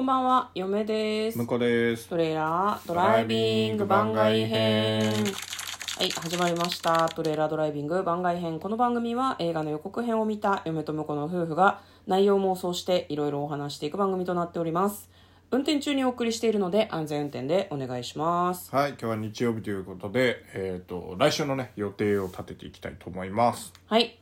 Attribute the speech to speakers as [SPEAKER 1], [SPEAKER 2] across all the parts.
[SPEAKER 1] んばんは、嫁です。
[SPEAKER 2] 向こうです
[SPEAKER 1] トレーラードライビング番外編。はい、始まりました。トレーラードライビング番外編。この番組は映画の予告編を見た嫁と婿の夫婦が内容妄想していろいろお話していく番組となっております。運転中にお送りしているので安全運転でお願いします。
[SPEAKER 2] はい今日は日曜日ということでえっ、と来週のね予定を立てていきたいと思います
[SPEAKER 1] はい、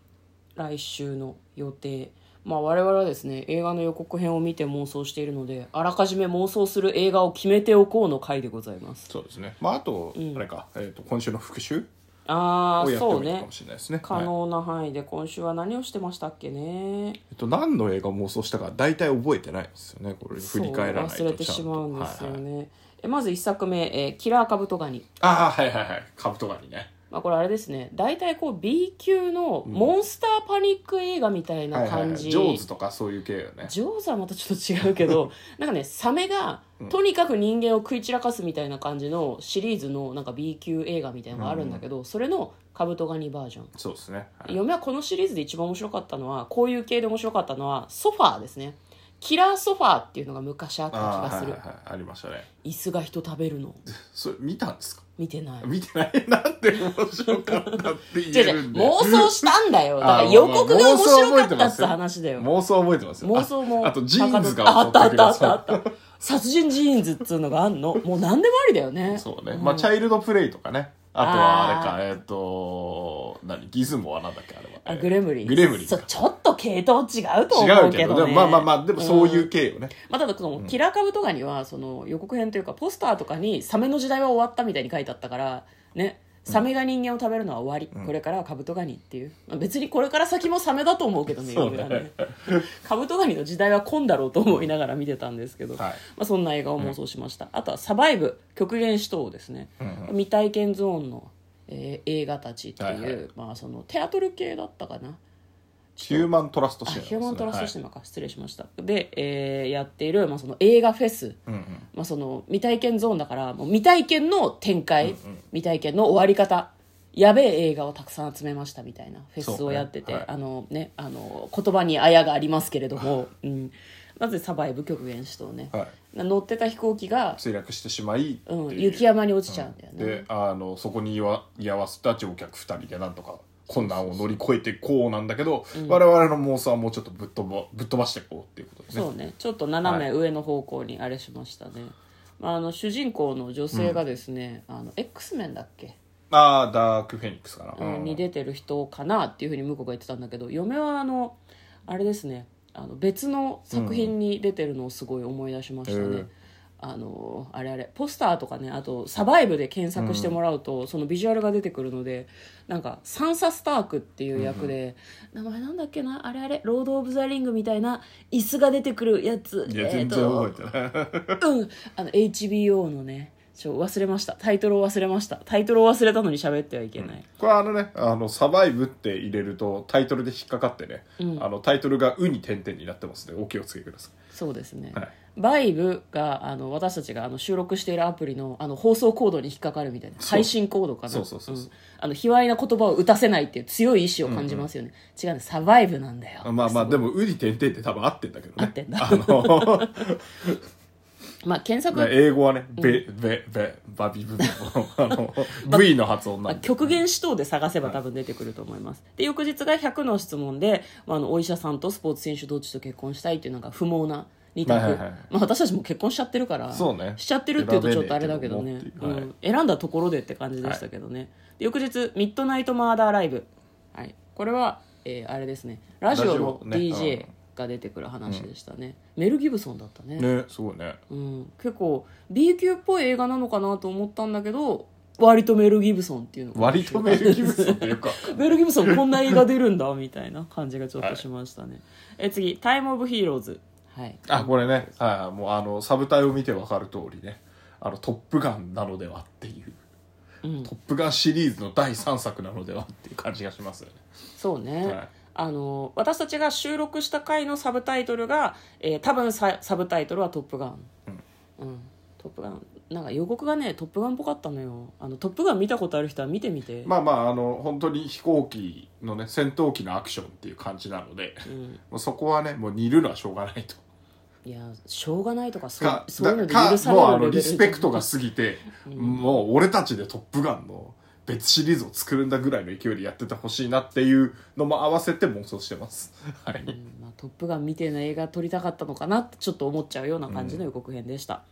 [SPEAKER 1] 来週の予定。まあ我々はですね、映画の予告編を見て妄想しているので、あらかじめ妄想する映画を決めておこうの回でございます。
[SPEAKER 2] そうですねまああと、あれか、えー、と今週の復習
[SPEAKER 1] あ
[SPEAKER 2] を
[SPEAKER 1] あ
[SPEAKER 2] やって
[SPEAKER 1] そう
[SPEAKER 2] もいいか
[SPEAKER 1] ね
[SPEAKER 2] もしれないですね
[SPEAKER 1] 可
[SPEAKER 2] はい
[SPEAKER 1] 能な範囲で今週は何をしてましたっけね、
[SPEAKER 2] えっと、何の映画を妄想したか大体覚えてないんですよねこれ振り返らないと
[SPEAKER 1] そう忘れて
[SPEAKER 2] ちゃんと
[SPEAKER 1] しまうんですよね、
[SPEAKER 2] はいはい
[SPEAKER 1] えまず一作目、えーキラーカブトガニ」
[SPEAKER 2] ああはいはいはいカブトガニね
[SPEAKER 1] まあ、これあれですね大体こう B 級のモンスターパニック映画みたい
[SPEAKER 2] は
[SPEAKER 1] ない
[SPEAKER 2] はいは
[SPEAKER 1] 感
[SPEAKER 2] い
[SPEAKER 1] じ、
[SPEAKER 2] ジョーズとかそういう系よね
[SPEAKER 1] ジョーズはまたちょっと違うけ どなんかねサメがとにかく人間を食い散らかすみたいな感じのシリーズのなんか B 級映画みたいなのがあるんだけど、それのカブトガニバージョン
[SPEAKER 2] そうですね、はい
[SPEAKER 1] 嫁はこのシリーズで一番面白かったのはこういう系で面白かったのはソファーですねキラーソファーっていうのが昔あった気
[SPEAKER 2] ああ
[SPEAKER 1] が
[SPEAKER 2] は
[SPEAKER 1] す
[SPEAKER 2] い
[SPEAKER 1] る、
[SPEAKER 2] はいはいありましたね
[SPEAKER 1] 椅子が人食べるの
[SPEAKER 2] それ見たんですか
[SPEAKER 1] 見てない
[SPEAKER 2] 見てない なんで面白かったって
[SPEAKER 1] じゃ
[SPEAKER 2] 言
[SPEAKER 1] じ
[SPEAKER 2] え
[SPEAKER 1] ゃ
[SPEAKER 2] る
[SPEAKER 1] 妄
[SPEAKER 2] んだよ
[SPEAKER 1] 想したんだよだから
[SPEAKER 2] あ
[SPEAKER 1] 予告が面白かっ
[SPEAKER 2] ま
[SPEAKER 1] た
[SPEAKER 2] あ
[SPEAKER 1] っつう話だよ
[SPEAKER 2] 妄想覚えてますよ
[SPEAKER 1] 妄想も
[SPEAKER 2] ああとジーンズ
[SPEAKER 1] あ
[SPEAKER 2] が
[SPEAKER 1] あったあったあ
[SPEAKER 2] や
[SPEAKER 1] っ
[SPEAKER 2] つ
[SPEAKER 1] たあった殺人ジーンズっつうのがあんのもう何でもありだよね
[SPEAKER 2] そうね、まあチャイルドプレイとかねあとは
[SPEAKER 1] あ
[SPEAKER 2] あれかえっ、と何ギズモはなんだっけあれは
[SPEAKER 1] あグレムリン
[SPEAKER 2] グレムリン
[SPEAKER 1] そ
[SPEAKER 2] か
[SPEAKER 1] うちょっと系統違うと
[SPEAKER 2] 違
[SPEAKER 1] 思
[SPEAKER 2] う
[SPEAKER 1] うけ
[SPEAKER 2] けど
[SPEAKER 1] ど、ね、
[SPEAKER 2] でもまあまあまあでもそういう系よね、
[SPEAKER 1] まあ、ただこの「キラーカブトガニ」はその予告編というかポスターとかにサメの時代は終わったみたいに書いてあったからねサメが人間を食べるのは終わり、これからはカブトガニっていう、まあ別にこれから先もサメだと思うけどね
[SPEAKER 2] そうね
[SPEAKER 1] 嫁はねカブトガニの時代は来んだろうと思いながら見てたんですけど、
[SPEAKER 2] はい
[SPEAKER 1] まあ、そんな映画を妄想しました、あとは「サバイブ極限死闘」ですね、未体験ゾーンの、えー映画たちっていう、
[SPEAKER 2] はいはい
[SPEAKER 1] まあ、そのテアトル系だったかな
[SPEAKER 2] ヒューマントラストシーン
[SPEAKER 1] あヒューマントラストシ
[SPEAKER 2] ー
[SPEAKER 1] ネマか、失礼しましたで、えーやっている、まあ、その映画フェス、まあ、その未体験ゾーンだからもう未体験の展開、未体験の終わり方やべえ映画をたくさん集めましたみたいなフェスをやってて、
[SPEAKER 2] そうねはい
[SPEAKER 1] あのねあの言葉にあやがありますけれども、うん、まずサバイブ極限死とね、
[SPEAKER 2] はい
[SPEAKER 1] 乗ってた飛行機が、
[SPEAKER 2] 墜落してしまい、
[SPEAKER 1] うん、
[SPEAKER 2] っていう
[SPEAKER 1] 雪山に落ちちゃうんだよね、
[SPEAKER 2] であのそこに居合居合わせた乗客2人でなんとか困難を乗り越えてこうなんだけど、我々の妄想はもうちょっとぶっ飛ばぶっ飛ばしていこうっていうことですね
[SPEAKER 1] そうねちょっと斜め上の方向にあれしましたね、まあ、あの主人公の女性がですね、あの X メンだっけ、
[SPEAKER 2] ああダークフェニックスかな、
[SPEAKER 1] うんに出てる人かなっていうふうに向こうが言ってたんだけど嫁はあのあれですねあの別の作品に出てるのをすごい思い出しましたね、
[SPEAKER 2] うんへえ
[SPEAKER 1] あのあれあれポスターとかねあと「サバイブ」で検索してもらうと、そのビジュアルが出てくるのでなんかサンサ・スタークっていう役で、名前なんだっけなあれあれ「ロード・オブ・ザ・リング」みたいな椅子が出てくるやつ
[SPEAKER 2] いや
[SPEAKER 1] えー
[SPEAKER 2] 全
[SPEAKER 1] と
[SPEAKER 2] 然覚えてない、
[SPEAKER 1] うん、あの HBO のねちょ忘れましたタイトルを忘れましたタイトルを忘れたのに喋ってはいけない、
[SPEAKER 2] これはあのね、あの、サバイブって入れるとタイトルで引っかかってね、あの、タイトルがうに点々になってますので、お気をつけくださ
[SPEAKER 1] そうですね、
[SPEAKER 2] はい
[SPEAKER 1] バイブがあの私たちがあの収録しているアプリのあの放送コードに引っかかるみたいな
[SPEAKER 2] そう
[SPEAKER 1] 配信コードかな
[SPEAKER 2] そうそうそうそうん
[SPEAKER 1] あの卑猥な言葉を打たせないっていう強い意志を感じますよね、違うねサバイブなんだよ
[SPEAKER 2] い。まあまあ、
[SPEAKER 1] す
[SPEAKER 2] でも、うに点々って多分合ってんだけどね。
[SPEAKER 1] 合ってんだ
[SPEAKER 2] あ の、
[SPEAKER 1] ごいまあ検索、
[SPEAKER 2] 英語はね、べ、べ、べ、バビブの、 あの、V の発音な
[SPEAKER 1] まあ
[SPEAKER 2] んで。
[SPEAKER 1] 極限指導で探せば多分出てくると思います、で翌日が100の質問で、まあ、あのお医者さんとスポーツ選手どっちと結婚したいっていうなんか不毛な二択、
[SPEAKER 2] はいはいはい
[SPEAKER 1] まあ、私たちも結婚しちゃってるから
[SPEAKER 2] そうね
[SPEAKER 1] しちゃってるっていうとちょっとあれだけどね
[SPEAKER 2] 選べねえけどもってい
[SPEAKER 1] う
[SPEAKER 2] う
[SPEAKER 1] ん選んだところでって感じでしたけどね、で翌日ミッドナイトマーダーライブ、はい、これは、えーあれですねラジオの
[SPEAKER 2] ラジオね
[SPEAKER 1] DJ が出てくる話でしたねメル・ギブソンだったね
[SPEAKER 2] ね、すごいね。
[SPEAKER 1] うん、結構 B 級っぽい映画なのかなと思ったんだけど割とメル・ギブソンっていうのが
[SPEAKER 2] 割とメル・ギブソンっていうか、
[SPEAKER 1] メル・ギブソンこんな映画出るんだみたいな感じがちょっとしましたね、え次「タイム・オブ・ヒーローズ」はい
[SPEAKER 2] あ、これね、はい、もうあの、サブタイを見てわかる通りね、あの、トップガンなのではっていう、トップガンシリーズの第3作なのではっていう感じがしますよね。
[SPEAKER 1] そうね、
[SPEAKER 2] はい
[SPEAKER 1] あの私たちが収録した回のサブタイトルが、えー多分ササブタイトルは「トップガン」うんトップガン」なんか予告がね「トップガン」っぽかったのよあの「トップガン」見たことある人は見てみて、
[SPEAKER 2] まあまああの本当に飛行機のね戦闘機のアクションっていう感じなので、もうそこはねもう似るのはしょうがないと
[SPEAKER 1] いやしょうがないとかそう
[SPEAKER 2] か
[SPEAKER 1] そういうので
[SPEAKER 2] だ
[SPEAKER 1] 許
[SPEAKER 2] か
[SPEAKER 1] さ
[SPEAKER 2] もう
[SPEAKER 1] れ
[SPEAKER 2] あ
[SPEAKER 1] る
[SPEAKER 2] の
[SPEAKER 1] レベル
[SPEAKER 2] リスペクトが過ぎて、もう俺たちで「トップガン」の別シリーズを作るんだぐらいの勢いでやっててほしいなっていうのも合わせて妄想してます、はい
[SPEAKER 1] うんまあ、トップガンみたいな映画撮りたかったのかなってちょっと思っちゃうような感じの予告編でした、はい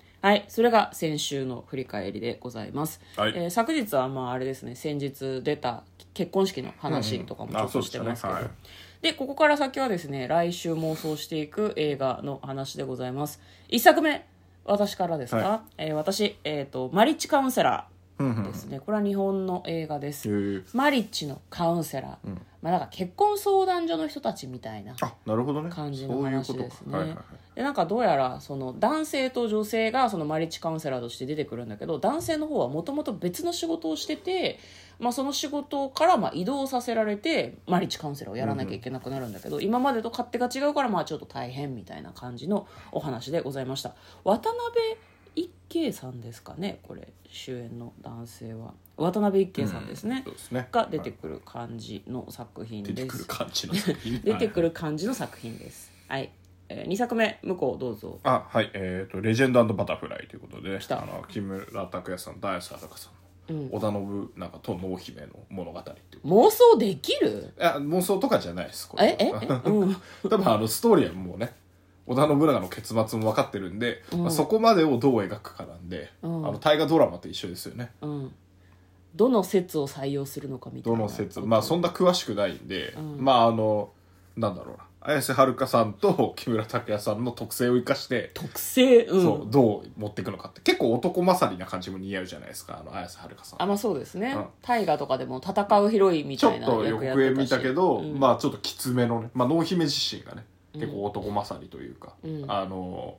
[SPEAKER 1] それが先週の振り返りでございます、
[SPEAKER 2] はい
[SPEAKER 1] えー昨日はまああれですね先日出た結婚式の話とかもちょっとしてますけど、
[SPEAKER 2] うんうんあそうで
[SPEAKER 1] でここから先はですね来週妄想していく映画の話でございます一作目私からですか、
[SPEAKER 2] は
[SPEAKER 1] えー私、えーと「マリッチカウンセラ
[SPEAKER 2] うんうん
[SPEAKER 1] ー」ですね、これは日本の映画です、
[SPEAKER 2] へえ
[SPEAKER 1] マリッチのカウンセラー、まあ、なんか結婚相談所の人たちみたいな
[SPEAKER 2] あなるほどね
[SPEAKER 1] 感じの話です
[SPEAKER 2] そういうことかはい
[SPEAKER 1] ね
[SPEAKER 2] はいはい。
[SPEAKER 1] でなんかどうやらその男性と女性がそのマリッチカウンセラーとして出てくるんだけど男性の方はもともと別の仕事をしてて、まあ、その仕事からまあ移動させられてマリッチカウンセラーをやらなきゃいけなくなるんだけど、今までと勝手が違うからまあちょっと大変みたいな感じのお話でございました渡辺一慶さんですかねこれ主演の男性は渡辺一慶さんですね、
[SPEAKER 2] そうですね
[SPEAKER 1] が出てくる感じの作品
[SPEAKER 2] 出て
[SPEAKER 1] で
[SPEAKER 2] くる
[SPEAKER 1] す
[SPEAKER 2] 感じの 作品
[SPEAKER 1] 出てく
[SPEAKER 2] る
[SPEAKER 1] る感じの作品です。はい。えー、2作目、向こうどうぞ。
[SPEAKER 2] あはいえっ、と「レジェンドバタフライ」ということで
[SPEAKER 1] 来た
[SPEAKER 2] あの木村拓哉さん大沢隆さ
[SPEAKER 1] う
[SPEAKER 2] ん、
[SPEAKER 1] ん
[SPEAKER 2] 織田信長と濃姫の物語っていう
[SPEAKER 1] 妄想できる
[SPEAKER 2] いや妄想とかじゃないですこれは
[SPEAKER 1] えええうん。
[SPEAKER 2] 多分あのストーリーはもうね織田信長の結末も分かってるんで、まあ、そこまでをどう描くかなんで、
[SPEAKER 1] うん
[SPEAKER 2] あの大河ドラマと一緒ですよね
[SPEAKER 1] うん。どの説を採用するのかみたい
[SPEAKER 2] ど
[SPEAKER 1] な。
[SPEAKER 2] の説まあそんな詳しくないんで、
[SPEAKER 1] ん
[SPEAKER 2] まああのなんだろうな綾瀬はるかさんと木村拓哉さんの特性を生かして、
[SPEAKER 1] 特性、うん。
[SPEAKER 2] そうどう持っていくのかって結構男勝りな感じも似合うじゃないですかあの綾瀬はるかさん
[SPEAKER 1] あ、まあそうですね
[SPEAKER 2] うん。
[SPEAKER 1] 大河とかでも戦うヒロインみ
[SPEAKER 2] ちょ
[SPEAKER 1] た
[SPEAKER 2] っ
[SPEAKER 1] いな
[SPEAKER 2] と
[SPEAKER 1] 役やっ
[SPEAKER 2] 抑え
[SPEAKER 1] てたし。
[SPEAKER 2] 見たけど、
[SPEAKER 1] うん
[SPEAKER 2] まあちょっときつめのね、まあ、濃姫自身がね結構男勝りというか、
[SPEAKER 1] うん
[SPEAKER 2] あの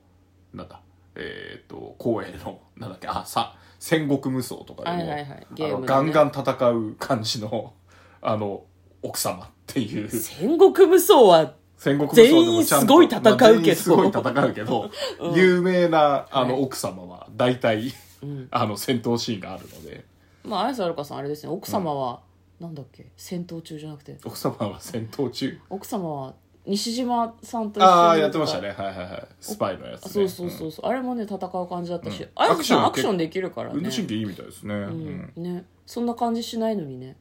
[SPEAKER 2] なんだえっ、と光栄のなんだっけあさ戦国無双とかでも、
[SPEAKER 1] はいはいはいゲ
[SPEAKER 2] あ
[SPEAKER 1] ー
[SPEAKER 2] の
[SPEAKER 1] ムでね
[SPEAKER 2] ガンガン戦う感じの あの奥様っていう
[SPEAKER 1] 戦国武装は、
[SPEAKER 2] 戦国無双で
[SPEAKER 1] 全
[SPEAKER 2] も
[SPEAKER 1] 員
[SPEAKER 2] ちゃん
[SPEAKER 1] す
[SPEAKER 2] と
[SPEAKER 1] ごい戦うけど
[SPEAKER 2] まあ全員すごい戦うけど、
[SPEAKER 1] うん
[SPEAKER 2] 有名なあ
[SPEAKER 1] は
[SPEAKER 2] の
[SPEAKER 1] い
[SPEAKER 2] 奥様は大体
[SPEAKER 1] うん。
[SPEAKER 2] あの戦闘シーンがあるので
[SPEAKER 1] まあ、綾瀬はるかさんあれですね。奥様は、なんだっけ戦闘中じゃなくて、
[SPEAKER 2] 奥様は戦闘中
[SPEAKER 1] 奥様は西島さんと一緒に。
[SPEAKER 2] ああやってました。ねはいはいはいスパイのやつ、
[SPEAKER 1] あ
[SPEAKER 2] ね、
[SPEAKER 1] そうそうそうそう、あれもね戦う感じだったし、
[SPEAKER 2] うん
[SPEAKER 1] 綾瀬さん
[SPEAKER 2] ア
[SPEAKER 1] ア
[SPEAKER 2] クション
[SPEAKER 1] クションできるから
[SPEAKER 2] 運
[SPEAKER 1] ね
[SPEAKER 2] 動神経いいみたいですね、う
[SPEAKER 1] うん
[SPEAKER 2] ん、
[SPEAKER 1] ねそんな感じしないのにね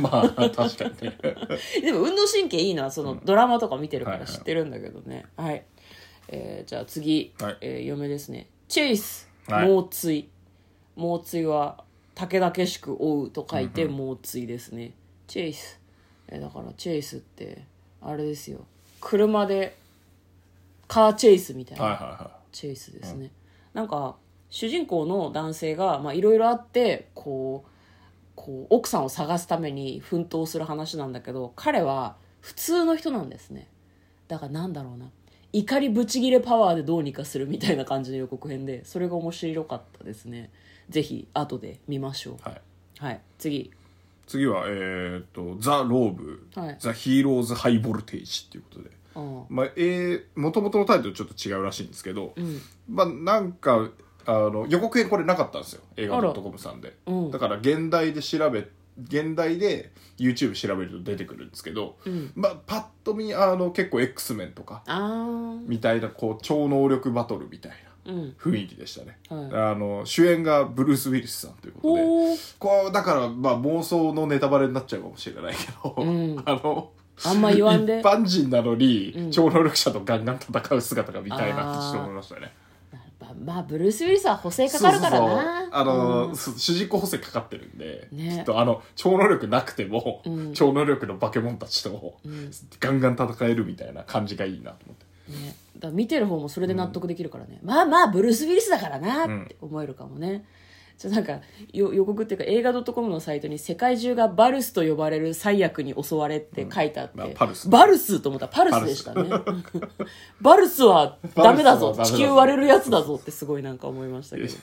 [SPEAKER 2] まあ確かにね
[SPEAKER 1] でも運動神経いいのはそのドラマとか見てるか
[SPEAKER 2] はい
[SPEAKER 1] ら
[SPEAKER 2] はい
[SPEAKER 1] 知ってるんだけどねはい、えーじゃあ次、
[SPEAKER 2] はい
[SPEAKER 1] えー嫁ですね「チェイス
[SPEAKER 2] はい
[SPEAKER 1] 猛追」猛追は「武田けしく追う」と書いて「猛追」ですね、チェイス、えーだからチェイスってあれですよ車でカーチェイスみたいな、
[SPEAKER 2] はいはいは
[SPEAKER 1] チェイスですね、なんか主人公の男性がまあいろいろあってこうこう奥さんを探すために奮闘する話なんだけど彼は普通の人なんですねだからなんだろうな怒りブチギレパワーでどうにかするみたいな感じの予告編でそれが面白かったですねぜひ後で見ましょ
[SPEAKER 2] い、はい、
[SPEAKER 1] うはい次
[SPEAKER 2] 次はえーっと「ザ・ローブ」
[SPEAKER 1] はい
[SPEAKER 2] ザ・ヒーローズ・ハイボルテージ」っていうことで
[SPEAKER 1] うん
[SPEAKER 2] まあえー、元々のタイトルちょっと違うらしいんですけど、
[SPEAKER 1] ん
[SPEAKER 2] まあなんかあの予告編これなかったんですよ映画
[SPEAKER 1] あら
[SPEAKER 2] のトコムさんで、
[SPEAKER 1] うん
[SPEAKER 2] だから現代で調べ現代で YouTube 調べると出てくるんですけど、
[SPEAKER 1] うん
[SPEAKER 2] まあパッと見あの結構 X メンとか
[SPEAKER 1] あー
[SPEAKER 2] みたいなこう超能力バトルみたいな
[SPEAKER 1] うん
[SPEAKER 2] 雰囲気でしたね、
[SPEAKER 1] は
[SPEAKER 2] あの主演がブルース・ウィリスさんということで
[SPEAKER 1] おお
[SPEAKER 2] こうだからまあ妄想のネタバレになっちゃうかもしれないけど、
[SPEAKER 1] ん
[SPEAKER 2] あの
[SPEAKER 1] あんま言わんで
[SPEAKER 2] 一般人なのに、
[SPEAKER 1] うん
[SPEAKER 2] 超能力者とガンガン戦う姿が見たいな
[SPEAKER 1] あー
[SPEAKER 2] ってちょっと思いましたね
[SPEAKER 1] まあまあブルース・ウィリスは補正かかるから
[SPEAKER 2] そうそう
[SPEAKER 1] な
[SPEAKER 2] そうあの、
[SPEAKER 1] うん
[SPEAKER 2] す主人公補正かかってるんで、
[SPEAKER 1] ね
[SPEAKER 2] きっとあの超能力なくても、
[SPEAKER 1] うん
[SPEAKER 2] 超能力の化け物たちと、
[SPEAKER 1] ん
[SPEAKER 2] ガンガン戦えるみたいな感じがいいなと思って
[SPEAKER 1] ね、だから見てる方もそれで納得できるからね、まあまあブルース・ウィリスだからなって思えるかもね、じゃなんかよ予告っていうか映画 .com のサイトに「世界中がバルスと呼ばれる最悪に襲われ」って書いてあって、
[SPEAKER 2] うんまあパルス
[SPEAKER 1] バルスと思ったらパルスでしたねバルスはダメだぞ
[SPEAKER 2] バルスはダメだぞ
[SPEAKER 1] 地球割れるやつだぞってすごいなんか思いましたけど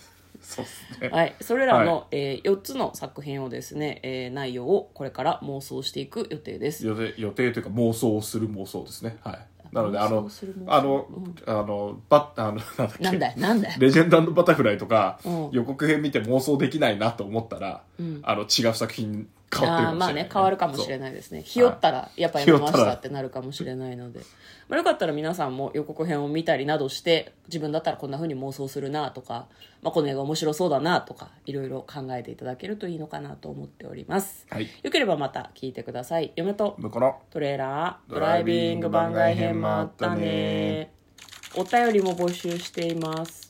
[SPEAKER 2] そうっすね
[SPEAKER 1] はい、それらの、え4つの作品をですね、えー内容をこれから妄想していく予定です
[SPEAKER 2] 予定予定というか妄想をする妄想ですねはいなのであ
[SPEAKER 1] 妄想
[SPEAKER 2] の
[SPEAKER 1] する妄想
[SPEAKER 2] あの、あのバッあのなんだっけ
[SPEAKER 1] なんだよなんだよ
[SPEAKER 2] レジェンドバタフライとか、
[SPEAKER 1] うん
[SPEAKER 2] 予告編見て妄想できないなと思ったら、あの違う作品変わってる
[SPEAKER 1] あー
[SPEAKER 2] かもしれない、
[SPEAKER 1] まあね変わるかもしれないですねひよったらやっぱやめましたってなるかもしれないので、まあ、よかったら皆さんも予告編を見たりなどして自分だったらこんな風に妄想するなとか、まあ、この映画面白そうだなとかいろいろ考えていただけるといいのかなと思っております、
[SPEAKER 2] はい
[SPEAKER 1] よければまた聞いてください嫁と
[SPEAKER 2] 向こうの
[SPEAKER 1] トレーラード
[SPEAKER 2] ド
[SPEAKER 1] ラ
[SPEAKER 2] ラ
[SPEAKER 1] イ
[SPEAKER 2] イ
[SPEAKER 1] ビ
[SPEAKER 2] ビ
[SPEAKER 1] ン
[SPEAKER 2] ン
[SPEAKER 1] グ
[SPEAKER 2] グ
[SPEAKER 1] 番
[SPEAKER 2] 番
[SPEAKER 1] 外
[SPEAKER 2] 外
[SPEAKER 1] 編
[SPEAKER 2] 編
[SPEAKER 1] も
[SPEAKER 2] も
[SPEAKER 1] あ
[SPEAKER 2] あ
[SPEAKER 1] っ
[SPEAKER 2] ったた
[SPEAKER 1] ね
[SPEAKER 2] ね
[SPEAKER 1] お便りも募集しています